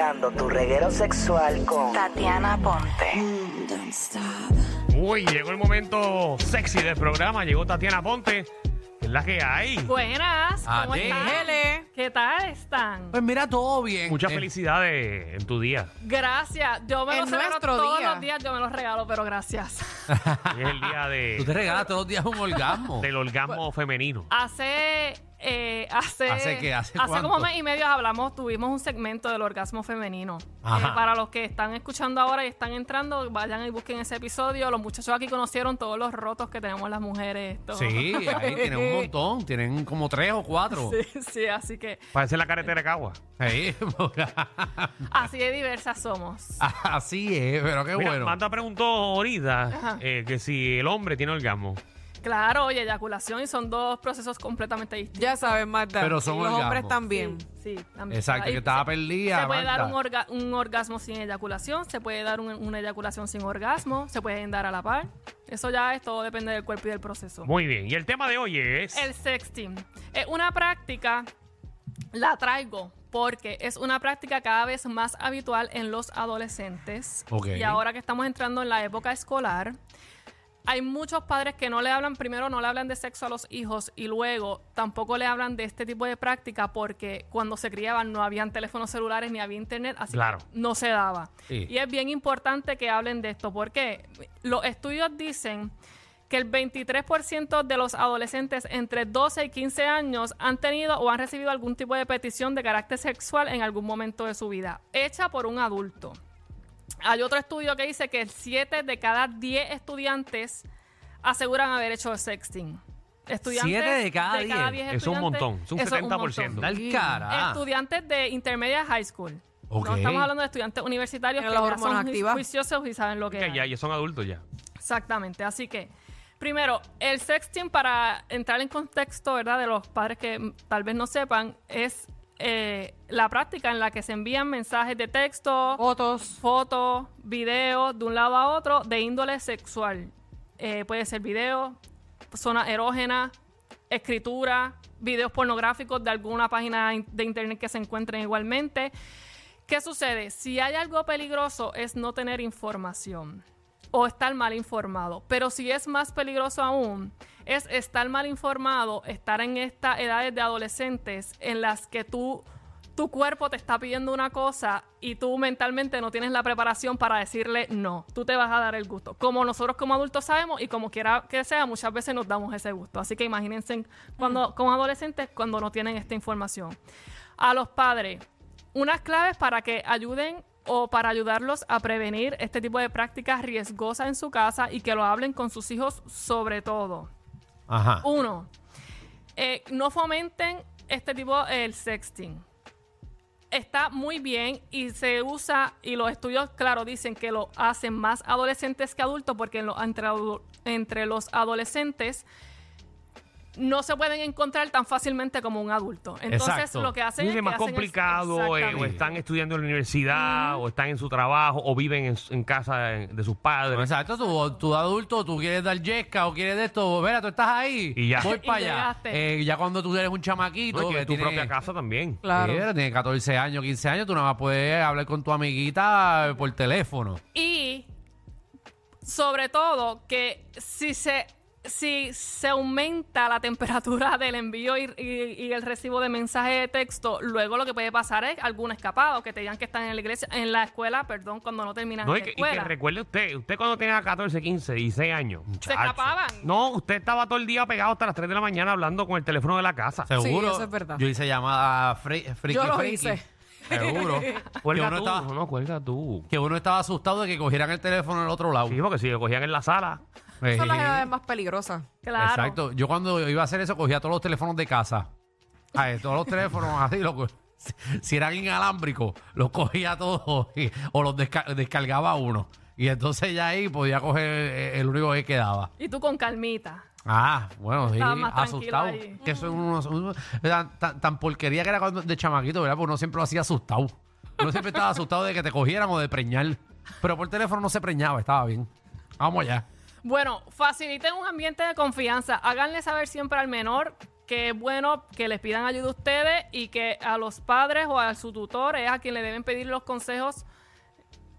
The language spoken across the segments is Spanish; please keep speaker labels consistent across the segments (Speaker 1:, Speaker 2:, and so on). Speaker 1: escuchando tu reguero sexual con Tatiana Ponte.
Speaker 2: Uy, llegó el momento sexy del programa. Llegó Tatiana Ponte. Es la que hay.
Speaker 3: Buenas, ¿cómo
Speaker 4: Ade.
Speaker 3: están? ¿Qué tal están?
Speaker 4: Pues mira, todo bien.
Speaker 2: Muchas
Speaker 4: Eh,
Speaker 2: felicidades en tu día.
Speaker 3: Gracias. Yo me
Speaker 5: En
Speaker 3: lo regalo
Speaker 5: nuestro
Speaker 3: todos
Speaker 5: día.
Speaker 3: los días, yo me los regalo, pero gracias.
Speaker 2: Hoy Es el día
Speaker 4: Tú te
Speaker 2: de,
Speaker 4: regalas todos los días un orgasmo.
Speaker 2: del
Speaker 3: Pues-
Speaker 2: orgasmo femenino.
Speaker 3: Hace, eh, hace,
Speaker 4: ¿Hace qué? ¿Hace
Speaker 3: como
Speaker 4: cuánto?
Speaker 3: mes y medio hablamos, tuvimos un segmento del orgasmo femenino.
Speaker 4: Ajá.
Speaker 3: Eh, para los que están escuchando ahora y están entrando, vayan y busquen ese episodio. Los muchachos aquí conocieron todos los rotos que tenemos las mujeres. todo.
Speaker 4: Sí, ahí tienen un montón. Tienen como tres o cuatro.
Speaker 3: sí, sí, así que
Speaker 2: Parece la carretera de Cagua.
Speaker 4: Ahí,
Speaker 3: así de diversas
Speaker 4: Ah.
Speaker 3: somos.
Speaker 4: Así es, pero qué
Speaker 2: Mira,
Speaker 4: bueno.
Speaker 2: Manda preguntó ahorita eh, que si el hombre tiene orgasmo.
Speaker 3: Claro, y eyaculación y son dos procesos completamente distintos.
Speaker 5: Ya sabes, Marta.
Speaker 4: Pero son
Speaker 5: los
Speaker 4: orgasmos.
Speaker 5: hombres también.
Speaker 3: Sí, sí, también.
Speaker 4: Exacto,
Speaker 3: Ahí
Speaker 4: que estaba
Speaker 3: se-
Speaker 4: perdida.
Speaker 3: Se puede dar un,
Speaker 4: Marta.
Speaker 3: orga- un orgasmo sin eyaculación, se puede dar un- una eyaculación sin orgasmo, se pueden dar a la par. Eso ya es todo depende del cuerpo y del proceso.
Speaker 2: Muy bien. Y el tema de hoy es.
Speaker 3: El sexting es una práctica, la traigo porque es una práctica cada vez más habitual en los adolescentes.
Speaker 4: Ok.
Speaker 3: Y ahora que estamos entrando en la época escolar, hay muchos padres que no le hablan, primero no le hablan de sexo a los hijos y luego tampoco le hablan de este tipo de práctica porque cuando se criaban no habían teléfonos celulares ni había internet, así
Speaker 2: Claro.
Speaker 3: que no se daba.
Speaker 4: Sí.
Speaker 3: Y es bien importante que hablen de esto porque los estudios dicen que el 23% de los adolescentes entre 12 y 15 años han tenido o han recibido algún tipo de petición de carácter sexual en algún momento de su vida, hecha por un adulto. Hay otro estudio que dice que 7 de cada 10 estudiantes aseguran haber hecho sexting. Estudiantes
Speaker 4: Siete de cada diez.
Speaker 3: 10
Speaker 2: Eso es un
Speaker 3: estudiantes,
Speaker 2: montón, es un
Speaker 3: eso es
Speaker 2: 70%.
Speaker 4: Dar
Speaker 2: Ah.
Speaker 4: cara.
Speaker 3: Estudiantes de intermedia high school.
Speaker 4: Ok.
Speaker 3: No estamos hablando de estudiantes universitarios
Speaker 5: Tienen
Speaker 3: que
Speaker 5: las
Speaker 3: ya son
Speaker 5: hormonas
Speaker 3: ju-
Speaker 5: activas.
Speaker 3: juiciosos y saben lo que
Speaker 2: Que
Speaker 3: hay.
Speaker 2: ya, ya son adultos ya.
Speaker 3: Exactamente. Así que, primero, el sexting, para entrar en contexto, ¿verdad? De los padres que mm, tal vez no sepan, es eh, la práctica en la que se envían mensajes de texto,
Speaker 5: Fotos.
Speaker 3: fotos, videos de un lado a otro de índole sexual. Eh, puede ser video, zona erógena, escritura, videos pornográficos de alguna página in- de internet que se encuentren igualmente. ¿Qué sucede? Si hay algo peligroso es no tener información o estar mal informado. Pero si es más peligroso aún, es estar mal informado, estar en estas edades de adolescentes en las que tú, tu cuerpo te está pidiendo una cosa y tú mentalmente no tienes la preparación para decirle no. Tú te vas a dar el gusto. Como nosotros como adultos sabemos y como quiera que sea, muchas veces nos damos ese gusto. Así que imagínense cuando, como adolescentes cuando no tienen esta información. A los padres, unas claves para que ayuden o para ayudarlos a prevenir este tipo de prácticas riesgosas en su casa y que lo hablen con sus hijos sobre todo.
Speaker 4: Ajá.
Speaker 3: Uno, eh, no fomenten este tipo, el sexting. Está muy bien y se usa, y los estudios, claro, dicen que lo hacen más adolescentes que adultos porque en lo- entre, adu- entre los adolescentes no se pueden encontrar tan fácilmente como un adulto. Entonces,
Speaker 4: Exacto.
Speaker 3: lo que hacen
Speaker 2: es
Speaker 3: es... que
Speaker 2: más
Speaker 3: hacen el-
Speaker 2: complicado, eh, o
Speaker 3: Exactamente.
Speaker 2: están estudiando en la universidad, o están en su trabajo, o viven en, en casa de, de sus
Speaker 4: Bueno,
Speaker 2: padres.
Speaker 4: Exacto, tú, tú adulto, tú quieres dar yesca o quieres de esto, mira, tú estás ahí,
Speaker 2: Y ya.
Speaker 4: voy
Speaker 3: Y
Speaker 4: para allá.
Speaker 3: llegaste.
Speaker 4: Eh, ya cuando tú eres un
Speaker 2: No,
Speaker 4: chamaquito,
Speaker 2: y que
Speaker 4: que
Speaker 2: en tu
Speaker 4: tiene-
Speaker 2: propia casa también.
Speaker 5: Claro.
Speaker 4: Sí, tiene 14 años, 15 años, tú no vas a poder hablar con tu amiguita eh, por teléfono.
Speaker 3: Y sobre todo que si se, si se aumenta la temperatura del envío y, y- y el recibo de mensaje de texto, luego lo que puede pasar es algún escapado que te digan que están en la iglesia, en la escuela, perdón, cuando no terminan
Speaker 2: No,
Speaker 3: la
Speaker 2: y, que, y que
Speaker 3: escuela.
Speaker 2: recuerde usted, usted cuando tenía 14, 15, 16 años.
Speaker 3: Se
Speaker 2: muchacho,
Speaker 3: escapaban.
Speaker 2: No, usted estaba todo el día pegado hasta las 3 de la mañana hablando con el teléfono de la casa.
Speaker 4: Seguro.
Speaker 5: Sí, eso es verdad.
Speaker 4: Yo hice llamada fri- friki
Speaker 5: Yo lo
Speaker 4: friki.
Speaker 5: hice.
Speaker 4: Seguro. que,
Speaker 2: Cuelga
Speaker 4: uno
Speaker 2: tú,
Speaker 4: estaba,
Speaker 2: no, cuelga tú.
Speaker 4: que uno estaba asustado de que cogieran el teléfono del otro lado.
Speaker 2: Sí, porque si lo cogían en la sala.
Speaker 4: Eh,
Speaker 5: Son las edades más peligrosas.
Speaker 3: Claro.
Speaker 4: Exacto. Yo cuando iba a hacer eso cogía todos los teléfonos de casa. A ver, todos los teléfonos así, lo co- si- si eran inalámbricos, los cogía todos y- o los desca- descargaba uno. Y entonces ya ahí podía coger eh, el único que quedaba.
Speaker 3: Y tú con calmita.
Speaker 4: Ah, bueno, sí,
Speaker 3: Estaba más tranquilo
Speaker 4: asustado.
Speaker 3: ahí. Mm.
Speaker 4: Que eso es uno, uno- era tan, tan porquería que era cuando, de chamaquito, ¿verdad? Porque uno siempre lo hacía asustado. Uno siempre estaba asustado de que te cogieran o de preñar. Pero por teléfono no se preñaba, estaba bien. Vamos allá.
Speaker 3: Bueno, faciliten un ambiente de confianza. Háganle saber siempre al menor que es bueno que les pidan ayuda a ustedes y que a los padres o a su tutor es a quien le deben pedir los consejos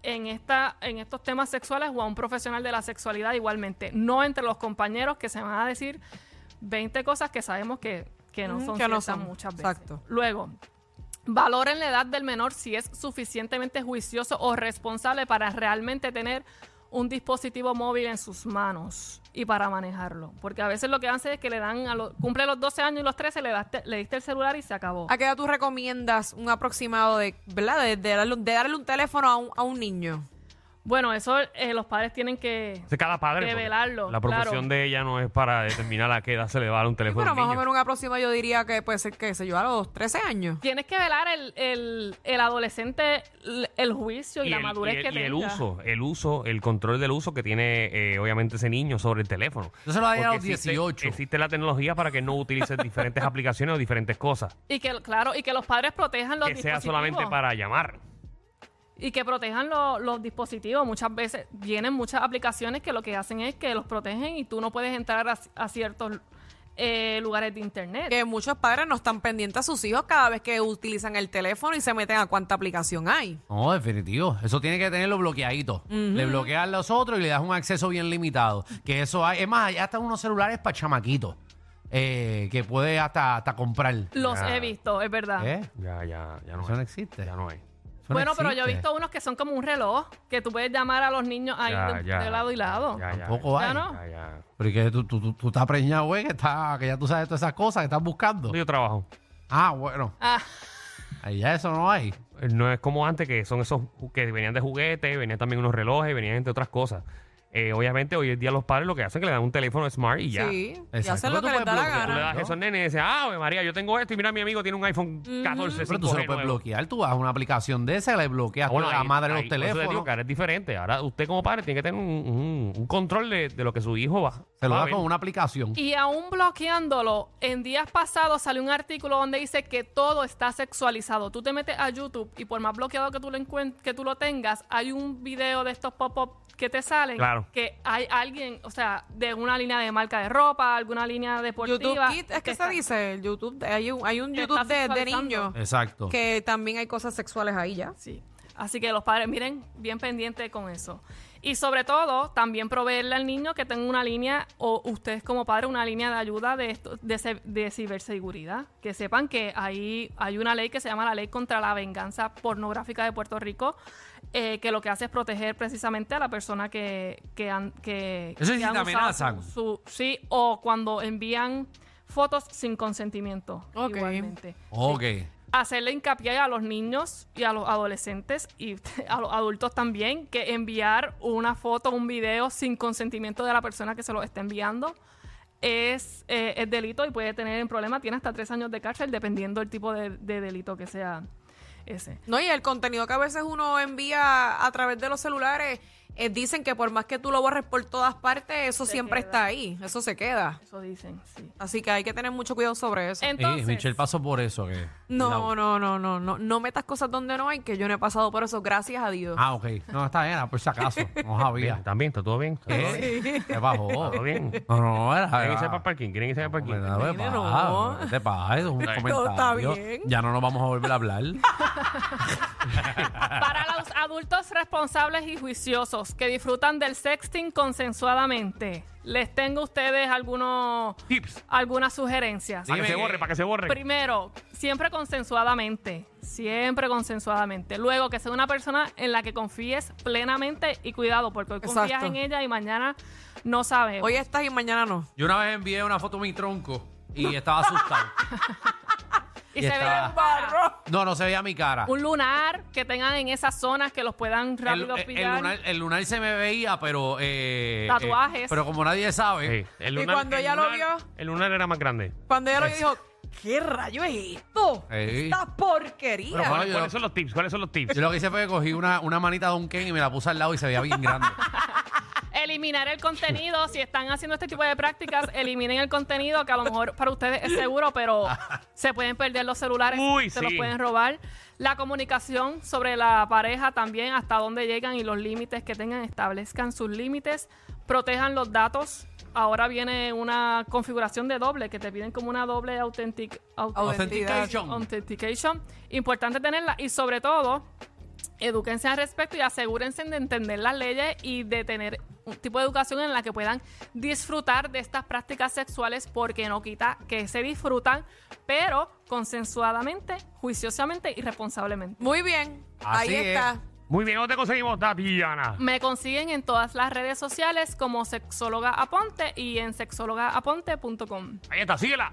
Speaker 3: en, esta, en estos temas sexuales o a un profesional de la sexualidad igualmente. No entre los compañeros que se van a decir 20 cosas que sabemos que, que no
Speaker 5: Mm,
Speaker 3: son
Speaker 5: que no
Speaker 3: ciertas
Speaker 5: son.
Speaker 3: muchas veces.
Speaker 5: Exacto.
Speaker 3: Luego, valoren la edad del menor si es suficientemente juicioso o responsable para realmente tener un dispositivo móvil en sus manos y para manejarlo. Porque a veces lo que hacen es que le dan, a los, cumple los 12 años y los 13, le, daste- le diste el celular y se acabó.
Speaker 5: ¿A qué edad tú recomiendas un aproximado de, ¿verdad? De, de darle, un- de darle un teléfono a un, a un niño?
Speaker 3: Bueno, eso eh, los padres tienen que...
Speaker 2: De cada padre. porque
Speaker 3: Revelarlo,
Speaker 2: La profesión
Speaker 3: claro.
Speaker 2: de ella no es para determinar a qué edad se le va a dar un
Speaker 5: Sí,
Speaker 2: teléfono. a
Speaker 5: pero
Speaker 2: un
Speaker 5: más o
Speaker 2: niño.
Speaker 5: menos un aproximado yo diría que puede ser, qué sé yo, a los 13 años.
Speaker 3: Tienes que velar el, el- el adolescente, el, el juicio y, la
Speaker 2: el-
Speaker 3: madurez
Speaker 2: y el-
Speaker 3: que
Speaker 2: y
Speaker 3: tenga.
Speaker 2: el uso, el uso, el control del uso que tiene eh, obviamente ese niño sobre el teléfono.
Speaker 4: Yo se lo daría a los
Speaker 2: Porque existe-
Speaker 4: 18.
Speaker 2: Existe la tecnología para que no utilices diferentes aplicaciones o diferentes cosas.
Speaker 3: Y que, claro, y que los padres protejan los
Speaker 2: que sea
Speaker 3: dispositivos.
Speaker 2: solamente para llamar.
Speaker 3: Y que protejan lo- los dispositivos. Muchas veces vienen muchas aplicaciones que lo que hacen es que los protegen y tú no puedes entrar a, a ciertos eh, lugares de internet.
Speaker 5: Que muchos padres no están pendientes a sus hijos cada vez que utilizan el teléfono y se meten a cuánta aplicación hay.
Speaker 4: No, definitivo. Eso tiene que tenerlo bloqueadito. Le bloqueas los otros y le das un acceso bien limitado. Que eso hay. Es más, hay hasta unos celulares para chamaquitos eh, que puede hasta, hasta comprar.
Speaker 3: Los
Speaker 2: Ya.
Speaker 3: he visto, es verdad.
Speaker 4: ¿Eh?
Speaker 2: Ya, ya, ya no
Speaker 4: Eso no
Speaker 2: hay.
Speaker 4: existe.
Speaker 2: Ya no hay.
Speaker 4: Eso no
Speaker 3: Bueno, pero yo he
Speaker 4: existe.
Speaker 3: visto unos que son como un reloj, que tú puedes llamar a los niños ahí
Speaker 2: Ya,
Speaker 3: de,
Speaker 2: ya,
Speaker 3: de lado y lado.
Speaker 2: ya, ya,
Speaker 4: Tampoco
Speaker 3: Ya
Speaker 4: hay.
Speaker 3: no.
Speaker 2: ya, ya.
Speaker 4: Pero es que tú, tú, tú, tú estás preñado, güey, que, está, que ya tú sabes todas esas cosas que estás buscando.
Speaker 2: ¿Dónde yo trabajo?
Speaker 4: Ah, bueno.
Speaker 3: Ah,
Speaker 4: Ahí ya eso no hay.
Speaker 2: Eh, No es como antes, que son esos ju- que venían de juguetes, venían también unos relojes, venían entre otras cosas. Eh, obviamente, hoy en día los padres lo que hacen es que le dan un teléfono smart y ya.
Speaker 5: Sí, y
Speaker 4: Exacto.
Speaker 5: hacen lo
Speaker 4: Tú
Speaker 5: que les
Speaker 4: puedes
Speaker 5: da la
Speaker 4: bloquear.
Speaker 2: Tú le
Speaker 5: gana.
Speaker 2: das esos nenes y dices, ah, Ave María, yo tengo esto y mira, mi amigo tiene un iPhone 14.
Speaker 4: Pero tú se lo
Speaker 2: 5G
Speaker 4: puedes
Speaker 2: nuevo".
Speaker 4: bloquear. Tú vas a una aplicación de esa, le bloqueas
Speaker 2: Ah, bueno,
Speaker 4: toda la
Speaker 2: ahí-
Speaker 4: madre
Speaker 2: ahí- por eso
Speaker 4: los
Speaker 2: te digo
Speaker 4: teléfonos.
Speaker 2: que ahora es diferente. Ahora usted como padre tiene que tener un, un- un control de, de lo que su hijo va.
Speaker 4: Se lo
Speaker 2: va a
Speaker 4: das
Speaker 2: ver.
Speaker 4: con una aplicación.
Speaker 3: Y aún bloqueándolo, en días pasados salió un artículo donde dice que todo está sexualizado. Tú te metes a YouTube y por más bloqueado que tú lo, encuent- que tú lo tengas, hay un video de estos pop-up que te salen.
Speaker 2: Claro.
Speaker 3: Que hay alguien, o sea, de una línea de marca de ropa, alguna línea deportiva.
Speaker 5: YouTube Kids, es que se
Speaker 3: está-
Speaker 5: dice, el YouTube, hay un, hay un
Speaker 3: Que
Speaker 5: YouTube
Speaker 3: está
Speaker 5: de, de
Speaker 3: sexualizando.
Speaker 5: niños
Speaker 4: Exacto.
Speaker 5: que también hay cosas sexuales ahí ya.
Speaker 3: Sí. Así que los padres, miren, bien pendiente con eso. Y sobre todo, también proveerle al niño que tenga una línea, o ustedes como padres, una línea de ayuda de, esto, de, ce- de ciberseguridad. Que sepan que ahí hay una ley que se llama la Ley contra la Venganza Pornográfica de Puerto Rico, eh, que lo que hace es proteger precisamente a la persona que, que, han, que,
Speaker 4: Eso sí
Speaker 3: que
Speaker 4: te
Speaker 3: han usado
Speaker 4: amenazan.
Speaker 3: su- su- sí, o cuando envían fotos sin consentimiento.
Speaker 5: Ok.
Speaker 3: Igualmente
Speaker 4: Ok. Eh,
Speaker 3: hacerle hincapié a los niños y a los adolescentes y a los adultos también que enviar una foto, un video sin consentimiento de la persona que se lo está enviando es, eh, es delito y puede tener un problema. Tiene hasta tres años de cárcel dependiendo del tipo de, de delito que sea ese.
Speaker 5: No, y el contenido que a veces uno envía a través de los celulares, eh, dicen que por más que tú lo borres por todas partes, eso
Speaker 3: Se
Speaker 5: siempre
Speaker 3: queda.
Speaker 5: está ahí, eso se queda.
Speaker 3: Eso dicen, sí.
Speaker 5: Así que hay que tener mucho cuidado sobre eso.
Speaker 3: En-
Speaker 4: Eh,
Speaker 3: Entonces-
Speaker 4: Michelle pasó por eso. Que,
Speaker 5: no, no, no, no, no, no metas cosas donde no hay, que yo no he pasado por eso, gracias a Dios.
Speaker 4: Ah, ok. No, está bien, era por si acaso. No
Speaker 2: Bien,
Speaker 4: sabía.
Speaker 2: ¿También? ¿Está todo bien? ¿Está todo bien?
Speaker 4: ¿Qué? ¿Qué bajó?
Speaker 2: Todo bien.
Speaker 4: No, no, era.
Speaker 2: ¿Quieren
Speaker 4: era-
Speaker 2: irse para el parking? ¿Quieren irse para el parking?
Speaker 4: Ah, Hombre, nada,
Speaker 5: Nene,
Speaker 4: pa,
Speaker 5: no.
Speaker 4: ¿qué te pasa? Eso es un
Speaker 2: Todo está
Speaker 4: comentario.
Speaker 5: bien.
Speaker 4: Ya no nos vamos a volver a hablar.
Speaker 3: Para los adultos responsables y juiciosos que disfrutan del sexting consensuadamente, les tengo a ustedes algunos,
Speaker 2: Tips.
Speaker 3: algunas sugerencias.
Speaker 2: Para que
Speaker 4: Dime
Speaker 2: se
Speaker 4: que-
Speaker 2: borre, para que se borre.
Speaker 3: Primero, siempre consensuadamente. Siempre consensuadamente. Luego, que sea una persona en la que confíes plenamente y cuidado, porque hoy confías
Speaker 5: Exacto.
Speaker 3: en ella y mañana no sabes.
Speaker 5: Hoy estás y mañana no.
Speaker 4: Yo una vez envié una foto a mi tronco y estaba asustado.
Speaker 3: y
Speaker 4: y
Speaker 3: se ve
Speaker 4: está-
Speaker 3: un barro.
Speaker 4: No, no se veía mi cara.
Speaker 3: Un lunar que tengan en esas zonas que los puedan
Speaker 4: El, eh,
Speaker 3: rápido
Speaker 4: el- el
Speaker 3: pillar.
Speaker 4: lunar, el lunar se me veía, pero. eh, eh,
Speaker 3: Tatuajes.
Speaker 4: pero como nadie sabe.
Speaker 2: Sí, el
Speaker 5: Y cuando
Speaker 2: el
Speaker 5: ella lo
Speaker 2: lunar-
Speaker 5: vio-
Speaker 2: El lunar era más grande.
Speaker 5: Cuando ella lo vio, dijo, ¿qué rayo es esto?
Speaker 4: Ey.
Speaker 5: Esta porquería.
Speaker 4: Pero bueno,
Speaker 2: ¿Cuáles,
Speaker 4: yo-
Speaker 2: cuáles son los tips? ¿Cuáles son los tips?
Speaker 4: Yo lo que hice fue que cogí una, una manita de un Ken y me la puse al lado y se veía bien grande.
Speaker 3: Eliminar el contenido. si están haciendo este tipo de prácticas, eliminen el contenido, que a lo mejor para ustedes es seguro, pero se pueden perder los celulares,
Speaker 2: Uy,
Speaker 3: se
Speaker 2: sí.
Speaker 3: los pueden robar. La comunicación sobre la pareja también, hasta dónde llegan y los límites que tengan, establezcan sus límites, protejan los datos ahora viene una configuración de doble que te piden como una doble authentic, aut-
Speaker 4: Authentication.
Speaker 3: authentication. Importante tenerla y sobre todo, edúquense al respecto y asegúrense de entender las leyes y de tener un tipo de educación en la que puedan disfrutar de estas prácticas sexuales porque no quita que se disfrutan, pero consensuadamente, juiciosamente y responsablemente.
Speaker 5: Muy bien,
Speaker 4: Así
Speaker 5: ahí
Speaker 4: es.
Speaker 5: está.
Speaker 2: Muy bien, ¿dónde conseguimos Tatiana?
Speaker 3: Me consiguen en todas las redes sociales como sexóloga aponte y en sexólogaaponte.com.
Speaker 2: Ahí está, síguela.